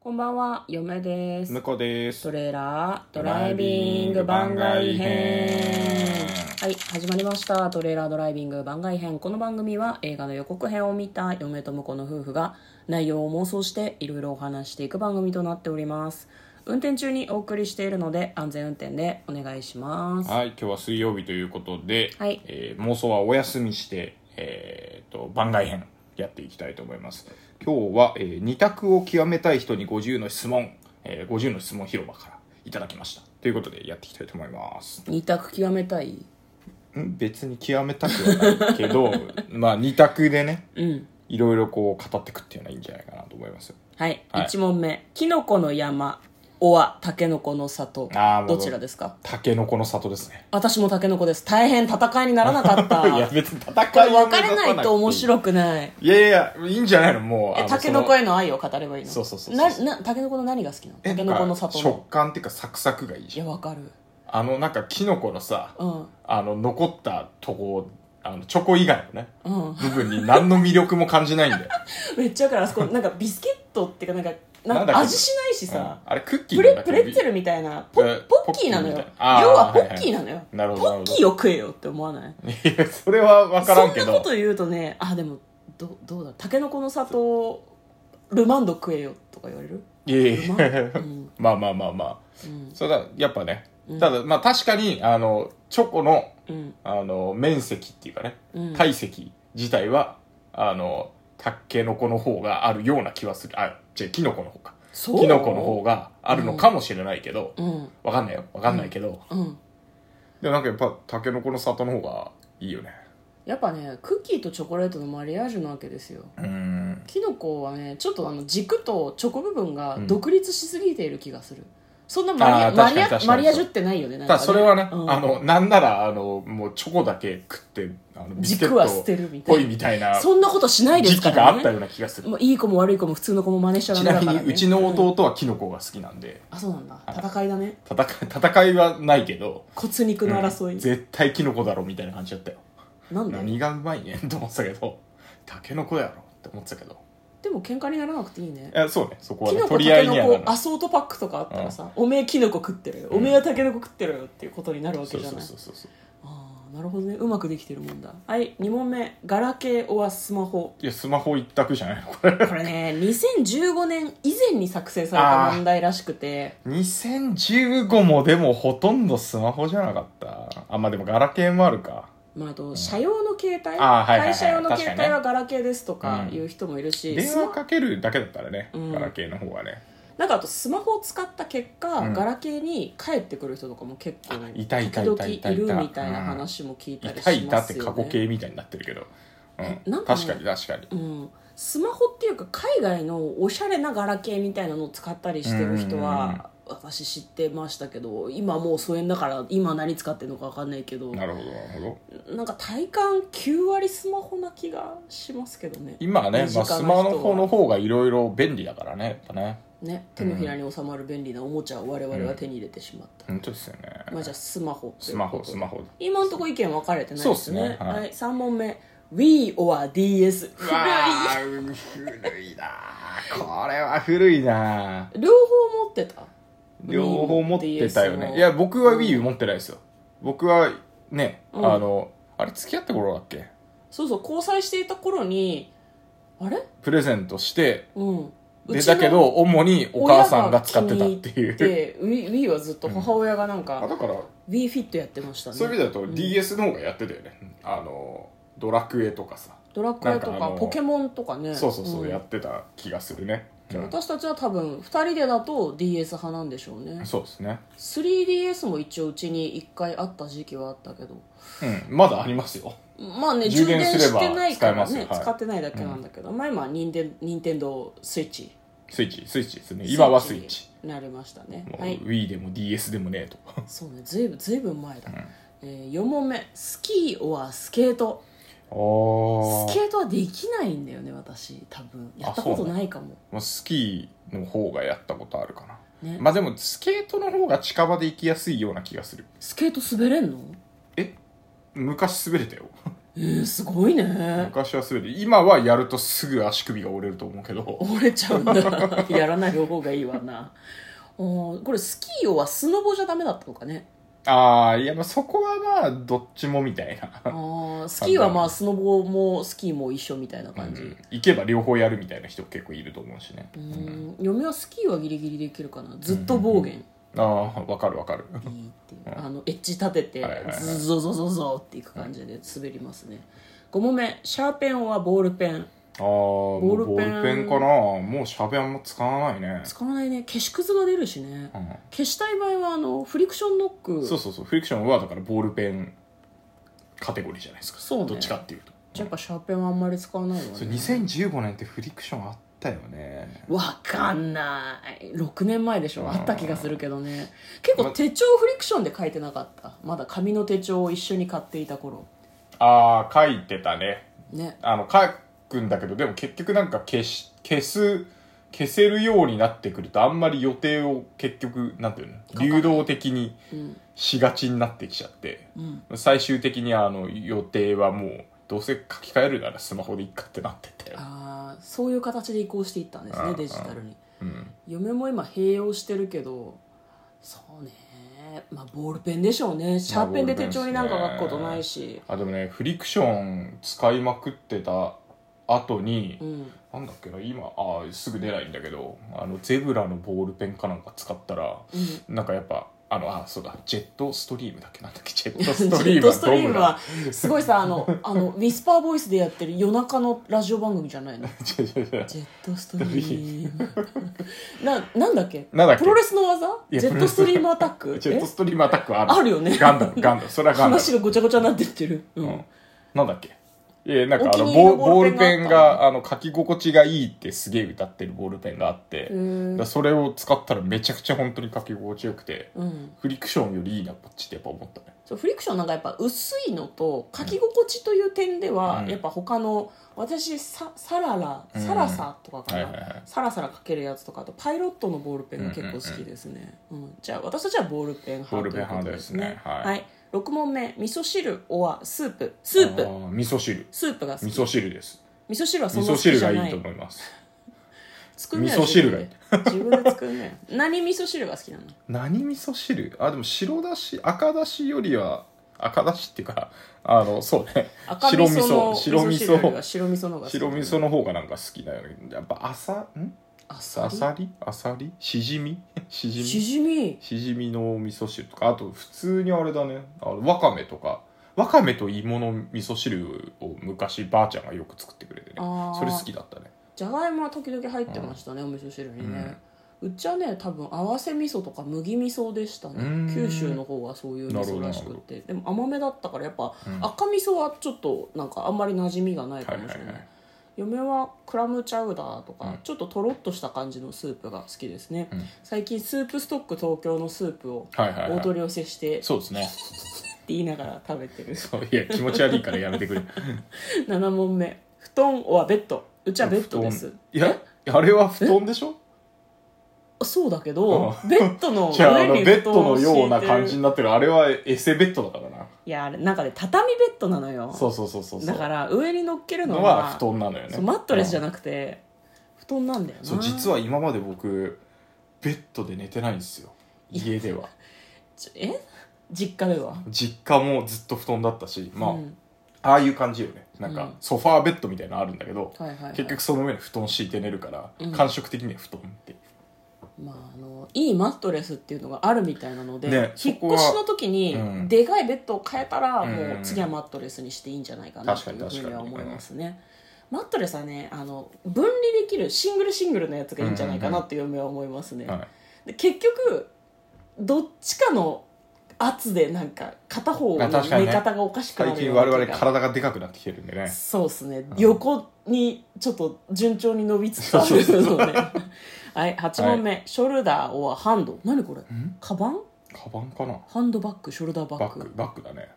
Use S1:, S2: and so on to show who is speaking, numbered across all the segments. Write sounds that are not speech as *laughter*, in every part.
S1: こんばんは、嫁です。
S2: 向こうです
S1: トレーラードライビング番外編。はい、始まりました。トレーラードライビング番外編。この番組は映画の予告編を見た嫁と婿の夫婦が内容を妄想していろいろお話していく番組となっております。運転中にお送りしているので安全運転でお願いします。
S2: はい今日は水曜日ということで、
S1: はい
S2: えー妄想はお休みして、えー、と番外編やっていきたいと思います今日は、えー二択を極めたい人に50の質問、えー50の質問広場からいただきましたということでやっていきたいと思います
S1: 二択極めたい
S2: ん別に極めたくはないけ
S1: *laughs*
S2: どまあ二択でね
S1: うん。
S2: いろいろこう語ってくっていうのはいいんじゃないかなと思います
S1: はい、
S2: はい
S1: 一問目。キノコの山、おはタケノコの里
S2: あー。も
S1: ど
S2: う
S1: ちらですか
S2: タケノコの里ですね
S1: 私もタケノコです。大変戦いにならなかった。
S2: *laughs* いや別に戦いは
S1: これ分
S2: 目
S1: か
S2: 指さ
S1: れないと面
S2: い
S1: 白くない。
S2: いやいやいやいいんじゃないのもうあ
S1: え、
S2: の
S1: タケノコへの愛を語ればいいの
S2: そうそうそうそう
S1: な、な、タケノコの何が好きなの
S2: え
S1: タケノコの里
S2: なんか
S1: の。
S2: 食感っていうかサクサクがいい
S1: い
S2: じゃ
S1: や、
S2: ん
S1: わかる。
S2: あのなんかキノコのさ、
S1: うん。
S2: あの残ったとこあのチョコ以外のね
S1: うん。 *laughs*
S2: 部分に何の魅力も感じないんだよ
S1: めっちゃわかる。あそこ、なんかビスケットっていうか、なんか、な
S2: なんん
S1: か
S2: だっけ
S1: 味しないしさ、
S2: うんあれクッキー
S1: プ
S2: なんだ
S1: レ、プ
S2: っけ
S1: レッツェルみたいな、ポッ、
S2: え
S1: ポッキーなのよ。
S2: ポ
S1: 要
S2: ッキーみたいなあー
S1: はポッキーなのよ。
S2: なるほど
S1: ポ
S2: なる
S1: ッ
S2: ほど
S1: キーを食えよって思わない
S2: いやそれは分からんけ
S1: そん
S2: ど
S1: なこと言うとね、あ、でも、ど、どうだろう。タケノコの里、ルマンド食えよとか言わ
S2: *laughs*
S1: れる
S2: いや
S1: ル
S2: い
S1: マン
S2: やいや
S1: ドうん。
S2: まあまあまあまあ
S1: うん。
S2: そうだやっぱね、
S1: うん
S2: ただまあ確かにあのチョコの
S1: うん。
S2: あの面積っていうかね、
S1: うん
S2: 体積自体はあのタケノコの方があるような気はするあじゃあキノコの方か
S1: そう
S2: キノコの方があるのかもしれないけど、
S1: うん
S2: わかんないよわかんないけど、
S1: うん
S2: でもなんかやっぱタケノコの里の方がいいよね
S1: やっぱねクッキーとチョコレートのマリアージュなわけですよ
S2: うん
S1: キノコはねちょっとあの軸とチョコ部分が独立しすぎている気がする、そんなマリア
S2: あー
S1: マリア
S2: 確かに確かに
S1: マリアージュってないよねなん
S2: た
S1: か
S2: だそれはね、
S1: うん
S2: あのなんならあのもうチョコだけ食ってあのビスケッ
S1: 軸は捨
S2: ト
S1: て
S2: っ
S1: るみた
S2: ぽい
S1: い
S2: みたい
S1: な
S2: な
S1: そんなことしないで
S2: 時
S1: すか
S2: 期が
S1: ら
S2: あった
S1: ね
S2: ような気がする、
S1: もういい子も悪い子も普通の子も真似しちゃダ
S2: ち
S1: メだ
S2: な
S1: か
S2: み
S1: ら、
S2: に
S1: ね、
S2: うちの
S1: うん
S2: 弟はキノコが好きなんで
S1: あそうなんだ
S2: はい
S1: 戦いだね
S2: 戦い戦いはないけど
S1: 骨肉の争い、
S2: うん絶対キノコだろみたいな感じだったよ
S1: なんで
S2: 何がうまいねんと思ってたけどタケノコやろって思ってたけど
S1: でも喧嘩にならなくていいね
S2: いやそうねそこは
S1: キ
S2: ね
S1: ノコタ
S2: 取り合
S1: ケ
S2: いには
S1: ノ
S2: な
S1: コ
S2: ら
S1: ア
S2: ない
S1: ソートパックとかあったらさ、おめえキノコ食ってるよ、
S2: うん
S1: おめえタケノコ食ってるよっていうことになるわけ
S2: そう
S1: じゃ
S2: そ
S1: な
S2: う
S1: い
S2: そうそう
S1: ああなるほどねうまくできてるもんだはい2問目ガラケーオアスマホ
S2: いやスマホ一択じゃないの *laughs* これ
S1: これね2015年以前に作成された問題らしくて
S2: 2015もでもほとんどスマホじゃなかったあまあでもガラケーもあるか
S1: まあ、あと社用の携帯、
S2: あーはいはいはい
S1: 会社用の携
S2: 確
S1: 帯
S2: かにね
S1: はガラケーですとかいう人もいるし、
S2: 電
S1: スマ
S2: 話かけるだけだったらね、
S1: うん
S2: ガラケーの方がね
S1: なんかあとスマホを使った結果、
S2: うん
S1: ガラケーに帰ってくる人とかも結構
S2: いたいたいたいた
S1: 時々いる
S2: た
S1: みたいな話も聞い
S2: うん
S1: た
S2: い
S1: りします
S2: た
S1: よね
S2: いたって過去形みたいになってるけど、うん
S1: なんかね
S2: 確かに確かに
S1: うん、スマホっていうか海外のおしゃれなガラケーみたいなのを使ったりしてる人は私知ってましたけど今もう疎遠だから今何使ってるのか分かんないけど
S2: なるほどなるほど
S1: なんか体感9割スマホな気がしますけどね
S2: 今はね、ま
S1: 身
S2: あ、
S1: 近な
S2: ス
S1: 人は
S2: マホの方がいろいろ便利だからねやっぱね
S1: ね手のひらに収まる便利なおもちゃを我々は手に入れてしまった、
S2: 本当ですよね、
S1: まあじゃあスマホとい
S2: ス
S1: うこ
S2: マホ
S1: とで
S2: スマホ
S1: 今のところ意見分かれてないですね
S2: そうっすね
S1: は
S2: はいい
S1: 3問目 Wii or DS
S2: う
S1: 古い
S2: わー古いなーこれは古いなー
S1: *laughs* 両方持ってた
S2: 両方持ってた
S1: DS
S2: よ
S1: も
S2: ねいや僕は Wii U 持ってないですよ、僕はね、
S1: うん
S2: あのあれ付き合った頃だっけ
S1: そうそう交際していた頃にあれ
S2: プレゼントして
S1: うん
S2: でだけど主にお母さんが使ってたっていう
S1: で Wii はずっと母親がなん
S2: あ
S1: か
S2: だから
S1: Wii フィットやってましたね
S2: そういう意味だと
S1: ん
S2: DS の方がやってたよね、あのドラクエとかさ
S1: ドラクエと
S2: なんかあ
S1: か
S2: の
S1: ポケモンとかね
S2: そうそうそう、
S1: ん
S2: やってた気がするね、うん
S1: 私たちは多分2人でだと DS 派なんでしょうね
S2: そうですね
S1: 3DS も一応うちに1回あった時期はあったけど
S2: うんまだありますよ
S1: まあね充
S2: 充電
S1: 電
S2: すれ
S1: し
S2: ば
S1: てないから
S2: 使え
S1: ね
S2: ますよはい
S1: 使ってないだけなんだけど前は任天任天堂スイッチ
S2: スイッチスイッチですね今はスイッチ
S1: になりましたね
S2: もう
S1: はい
S2: Wii でも DS でもねえと
S1: そうねずいぶんずいぶん前だ、えー、4問目スキーオアスケート
S2: あ
S1: スケートはできないんだよね私多分やったことないかも、
S2: まあ、スキーの方がやったことあるかな、
S1: ね
S2: まあでもスケートの方が近場で行きやすいような気がする
S1: スケート滑れんの
S2: 昔滑れたよ
S1: えー、すごいね
S2: 昔はすべて今はやるとすぐ足首が折れると思うけど
S1: 折れち
S2: *laughs*
S1: ゃうんだやらない方がいいわなおこれスキー用はスノボじゃダメだったのかね
S2: ああいやまあそこはまあどっちもみたいな、
S1: ああスキーはまあスノボもスキーも一緒みたいな感じ、
S2: うん行けば両方やるみたいな人結構いると思うしね、
S1: うん嫁はスキーはギリギリできるかなずっと暴言、
S2: ああわかるわかる
S1: いいっていうあのエッジ立てて
S2: はいはいはい
S1: ズゾゾゾゾっていく感じで滑りますね5問目シャーペンはボールペン
S2: ああボ
S1: ールペン
S2: ボールペンかなもうシャーペンあんま使わないね、
S1: 使わないね消しくずが出るしね
S2: う
S1: 消したい場合はあのフリクションノック
S2: ん、そうそうそうフリクションはだからボールペンカテゴリーじゃないですか
S1: そうね
S2: どっちかっていうと
S1: じゃあやっぱシャーペンはあんまり使わないわ、
S2: それ
S1: ね、
S2: 2015年ってフリクションあったよね
S1: わかんない6年前でし
S2: うん
S1: ょあった気がするけどね結構手帳フリクションで書いてなかったまだ紙の手帳を一緒に買っていた頃
S2: ああ書いてたね
S1: ね
S2: あの書くんだけどでも結局なんか消し消す消せるようになってくるとあんまり予定を結局なんていうの
S1: ない
S2: 流動的に
S1: うん
S2: しがちになってきちゃって
S1: うん
S2: 最終的にあの予定はもうどうせ書き換えるならスマホでいっかってなってて、
S1: ああそういう形で移行していったんです
S2: うんう
S1: ね
S2: ん
S1: デジタルに
S2: うん、
S1: 嫁も今併用してるけどそうねまあボールペンでしょうねシャーペンで手帳になんか書くことないし、
S2: あでもねフリクション使いまくってた後に、
S1: うん
S2: なんだっけな今あーすぐ出ないんだけどあのゼブラのボールペンかなんか使ったら
S1: うん
S2: なんかやっぱあのあそうだジェットストリームだっけなんだっけジェッ
S1: ジ
S2: ト
S1: ェ
S2: ストリ
S1: ッ
S2: ーム
S1: ト
S2: は
S1: ストリー
S2: どう
S1: ム
S2: だ
S1: はすごいさあのあのウィスパーボイスでやってる夜中のラジオ番組じゃない
S2: *laughs*
S1: の
S2: 違う違う違う
S1: ジェットストリームななんだっけ
S2: なんだっけ
S1: プロレスの技
S2: いや
S1: ジェットストリームアタック
S2: ジェット
S1: え
S2: ストリームアタックはある
S1: あるよね
S2: ガンダムガンダムそれはガンダム
S1: 話がごちゃごちゃになってってる、う
S2: うんん、なんだっけえなんかあの
S1: お気に入り
S2: ボ
S1: の
S2: ボ
S1: ボ
S2: ー
S1: ー
S2: ル
S1: ル
S2: ペ
S1: ペ
S2: ン
S1: ン
S2: が
S1: が
S2: あの書き心地がいいってすげえ歌ってるボールペンがあって、だ
S1: ん
S2: からそれを使ったらめちゃくちゃ本当に書き心地よくて
S1: うん、
S2: フリクションよりいいなこっちってやっぱ思ったね
S1: そうフリクションなんかやっぱ薄いのと書き心地という点では、
S2: うん
S1: やっぱ他の私ササララ
S2: うん
S1: サラサとかかな、
S2: はいはいはい
S1: サラサラ書けるやつとかあとパイロットのボールペンが結構好きですね、うんじゃあ私たちはボールペン派
S2: ボールペン派
S1: ということ
S2: ですねはい
S1: 6問目味噌汁おわスープスー
S2: あ
S1: プ
S2: ー味噌汁
S1: スープが好き
S2: 味噌汁です
S1: 味噌汁はそ
S2: 味
S1: んな好
S2: 噌
S1: き
S2: 汁
S1: じ
S2: が
S1: ゃ
S2: い
S1: ないい
S2: と思います
S1: 作んなよ
S2: 味噌汁がいい
S1: 自分で自分で作んね何味噌汁が好きなの
S2: 何味噌汁あでも白だし赤だしよりは赤だしっていうか *laughs* あのそうね
S1: 赤味噌の
S2: 白味噌
S1: 汁よりは
S2: 白味
S1: 白味
S2: 噌
S1: 噌の方が好き
S2: 白味噌の方がなんか好きだよねやっぱあさん
S1: あさ
S2: あ
S1: り
S2: さりあさりしじみ *laughs* しじみ
S1: しじみ
S2: しじみの味噌汁とかあと普通にあれだねあのわかめとかわかめと芋の味噌汁を昔ばあちゃんがよく作ってくれてね
S1: あー
S2: それ好きだったね
S1: じゃがいもは時々入ってましたね、お味噌汁にね、うちはね多分合わせ味噌とか麦味噌でした
S2: うーん
S1: ね九州の方はそういう味噌らしくてでも甘めだったからやっぱ、
S2: うん
S1: 赤味噌はちょっとなんかあんまり馴染みがないかもしれない,、
S2: はいはいはい
S1: 嫁はクラムチャウダーとか、
S2: うん
S1: ちょっととろっとした感じのスープが好きですね、
S2: うん
S1: 最近スープストック東京のスープを
S2: はいはい、
S1: 大
S2: はい
S1: 取り寄せしてって
S2: そうですね
S1: 言いながら食べて
S2: *laughs*
S1: る
S2: そういや気持ち悪いからやめてくれ
S1: 7問目布団はベッドうちはベッドです
S2: 布団いやあれは布団でしょ
S1: そうだけど
S2: う、
S1: ベッド
S2: *laughs*
S1: の
S2: じゃああ
S1: 上
S2: の
S1: に
S2: ベッ
S1: 布
S2: ド
S1: 団を
S2: の
S1: 敷いて
S2: よう
S1: る
S2: な感じになってるあれはエセベッドだからない
S1: やあれなんかね畳ベッドなのよ
S2: そうそうそうそうそう
S1: だから上に乗っけるの
S2: の
S1: は
S2: は布団なのよね
S1: そうマットレスじゃ
S2: な
S1: なくて、布団なんだよな
S2: そう実は今まで僕ベッドで寝てないんですよ家では
S1: ちえ実家では
S2: 実家もずっと布団だったしまあ、
S1: うん
S2: ああいう感じよねなん
S1: う
S2: か
S1: ん
S2: ソファーベッドみたいなのあるんだけど、
S1: はいはいはい、
S2: 結局その上に布団敷いて寝るから、
S1: うん
S2: 感触的には布団って
S1: まあ、あのいいマットレスっていうのがあるみたいなので、
S2: ね
S1: 引っ
S2: そこは
S1: 越しの時に、
S2: うん
S1: でかいベッドを変えたら、
S2: うん
S1: もう次はマットレスにしていいんじゃないかなと
S2: 確
S1: い
S2: か
S1: う
S2: に
S1: ふうには
S2: 確かに
S1: 思いますねマットレスはねあの分離できるシングルシングルのやつがいいんじゃないかなっていう嫁は思いますね、
S2: はい
S1: で結局どっちかの圧でなんか片方
S2: まあ
S1: の
S2: 確かに
S1: 寝
S2: ね
S1: 方がおかしくな
S2: 最
S1: る
S2: 近
S1: ような
S2: 我々
S1: 気が
S2: 体がでかくなってきてるんでね
S1: そうですね、
S2: ん
S1: 横にちょっと順調に伸びつつあ
S2: そうそう
S1: るので *laughs* はい8問目、ショルダーオアハンド何これ
S2: ん
S1: カバン
S2: カバンかな
S1: ハンドバッグショルダーバ
S2: バ
S1: ッ
S2: ッ
S1: グ
S2: グバッグだね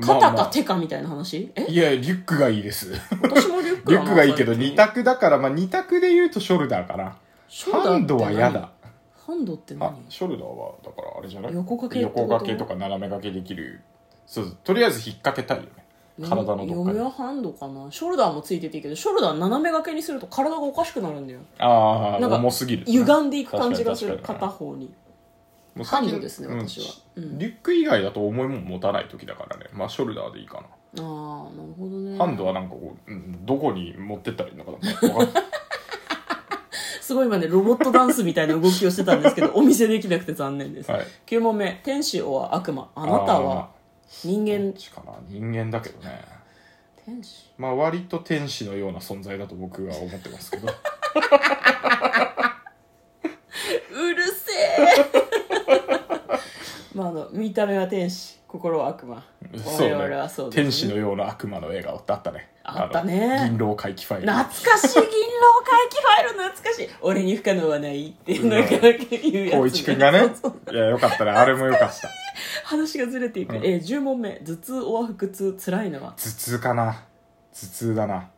S1: 肩
S2: まあ
S1: か
S2: ま
S1: 手かみたいな話え
S2: あいやリュックがいいです
S1: 私もリュック
S2: *laughs* リ
S1: だな
S2: ュックがいいけど
S1: 最近
S2: 2択だからまあ2択で言うとショルダーかな
S1: ショルダーっ
S2: ハ
S1: て
S2: ンドは嫌だ
S1: 何ハンドって
S2: あ
S1: 何
S2: ショルダーはだからあれじゃない
S1: 横掛けってこと
S2: 横掛けとか斜め掛けできるそうそうとりあえず引っ掛けたいよね体のどっ
S1: ヨ
S2: かに
S1: ヨハンドかなショルダーもついてていいけどショルダー斜め掛けにすると体がおかしくなるんだよ
S2: ああ
S1: なんか
S2: 重すぎるね、
S1: 歪んでいく感じがする
S2: 確かに確
S1: 片
S2: かに
S1: 方に
S2: も
S1: ハ
S2: う最
S1: ン
S2: 近
S1: ドですね
S2: うん
S1: 私はうん
S2: リュック以外だと重いもん持たない時だからねまあショルダーでいいかな
S1: ああなるほどね
S2: ハンドはなんかこう、うん、どこに持ってったらいいのかなんかわかんない
S1: すごい今ねロボットダンスみたいな動きをしてたんですけどお見せできなくて残念です、
S2: はい
S1: 9問目「天使は悪魔 *laughs* あなたは人
S2: あーど
S1: 間
S2: っちかな人間だけどね
S1: 天使
S2: まあ割と天使のような存在だと僕は思ってますけ
S1: *laughs*
S2: ど
S1: うるせえ *laughs* まああの見た目は天使心は悪魔
S2: そう
S1: 我
S2: ね
S1: 々はそうです、ね、
S2: 天使のような悪魔の笑顔ってあったね
S1: あったね
S2: あの銀狼回帰ファイル
S1: 懐かしい銀狼回帰ファイル懐かしい俺に不可能はないっていうなんか言うやつ、
S2: 光一くんがね
S1: そうそう
S2: いやよかったねあれもよかった
S1: 話がずれていく、
S2: うん
S1: えー10問目頭痛おは腹痛つらいのは
S2: 頭痛かな頭痛だな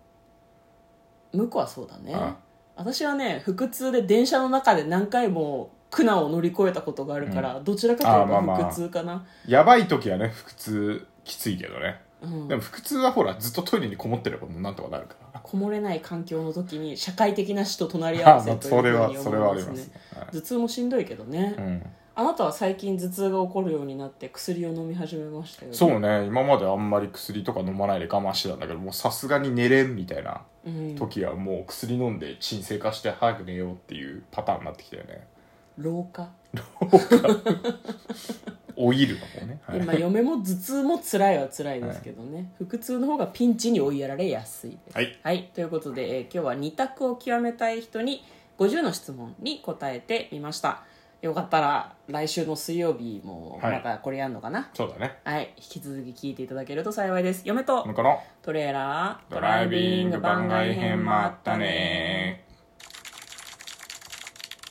S1: 向こうはそうだね
S2: あ
S1: 私はね腹痛で電車の中で何回も苦難を乗り越えたことがあるから、どちらかといえ
S2: あまあ
S1: ば
S2: まあ
S1: 腹痛かな、
S2: やばい時はね腹痛きついけどね
S1: うん
S2: でも腹痛はほらずっとトイレにこもってればもうなんとかなるから
S1: こもれない環境の時に社会的な死と隣
S2: *laughs*
S1: り合わせ
S2: あ
S1: というふ
S2: そうれ
S1: に
S2: は
S1: 思いますね
S2: それはありますね、はい
S1: 頭痛もしんどいけどね、
S2: うん、
S1: あなたは最近頭痛が起こるようになって薬を飲み始めましたよね
S2: そうね今まであんまり薬とか飲まないで我慢してたんだけどもうさすがに寝れんみたいな
S1: うん、
S2: 時はもう薬飲んで鎮静化して早く寝ようっていうパターンになってきたよね
S1: 老化
S2: 老いるのもね、はい
S1: 今嫁も頭痛も辛いは辛いですけどね、腹痛の方がピンチに追いやられやすいです
S2: はい、
S1: ということで、えー今日は二択を極めたい人に50の質問に答えてみましたよかったら来週の水曜日も
S2: はい
S1: またこれやるのかな
S2: そうだね
S1: はい、引き続き聞いていただけると幸いです嫁と
S2: 向こうの
S1: トレーラード
S2: ドライビング番外編もあったね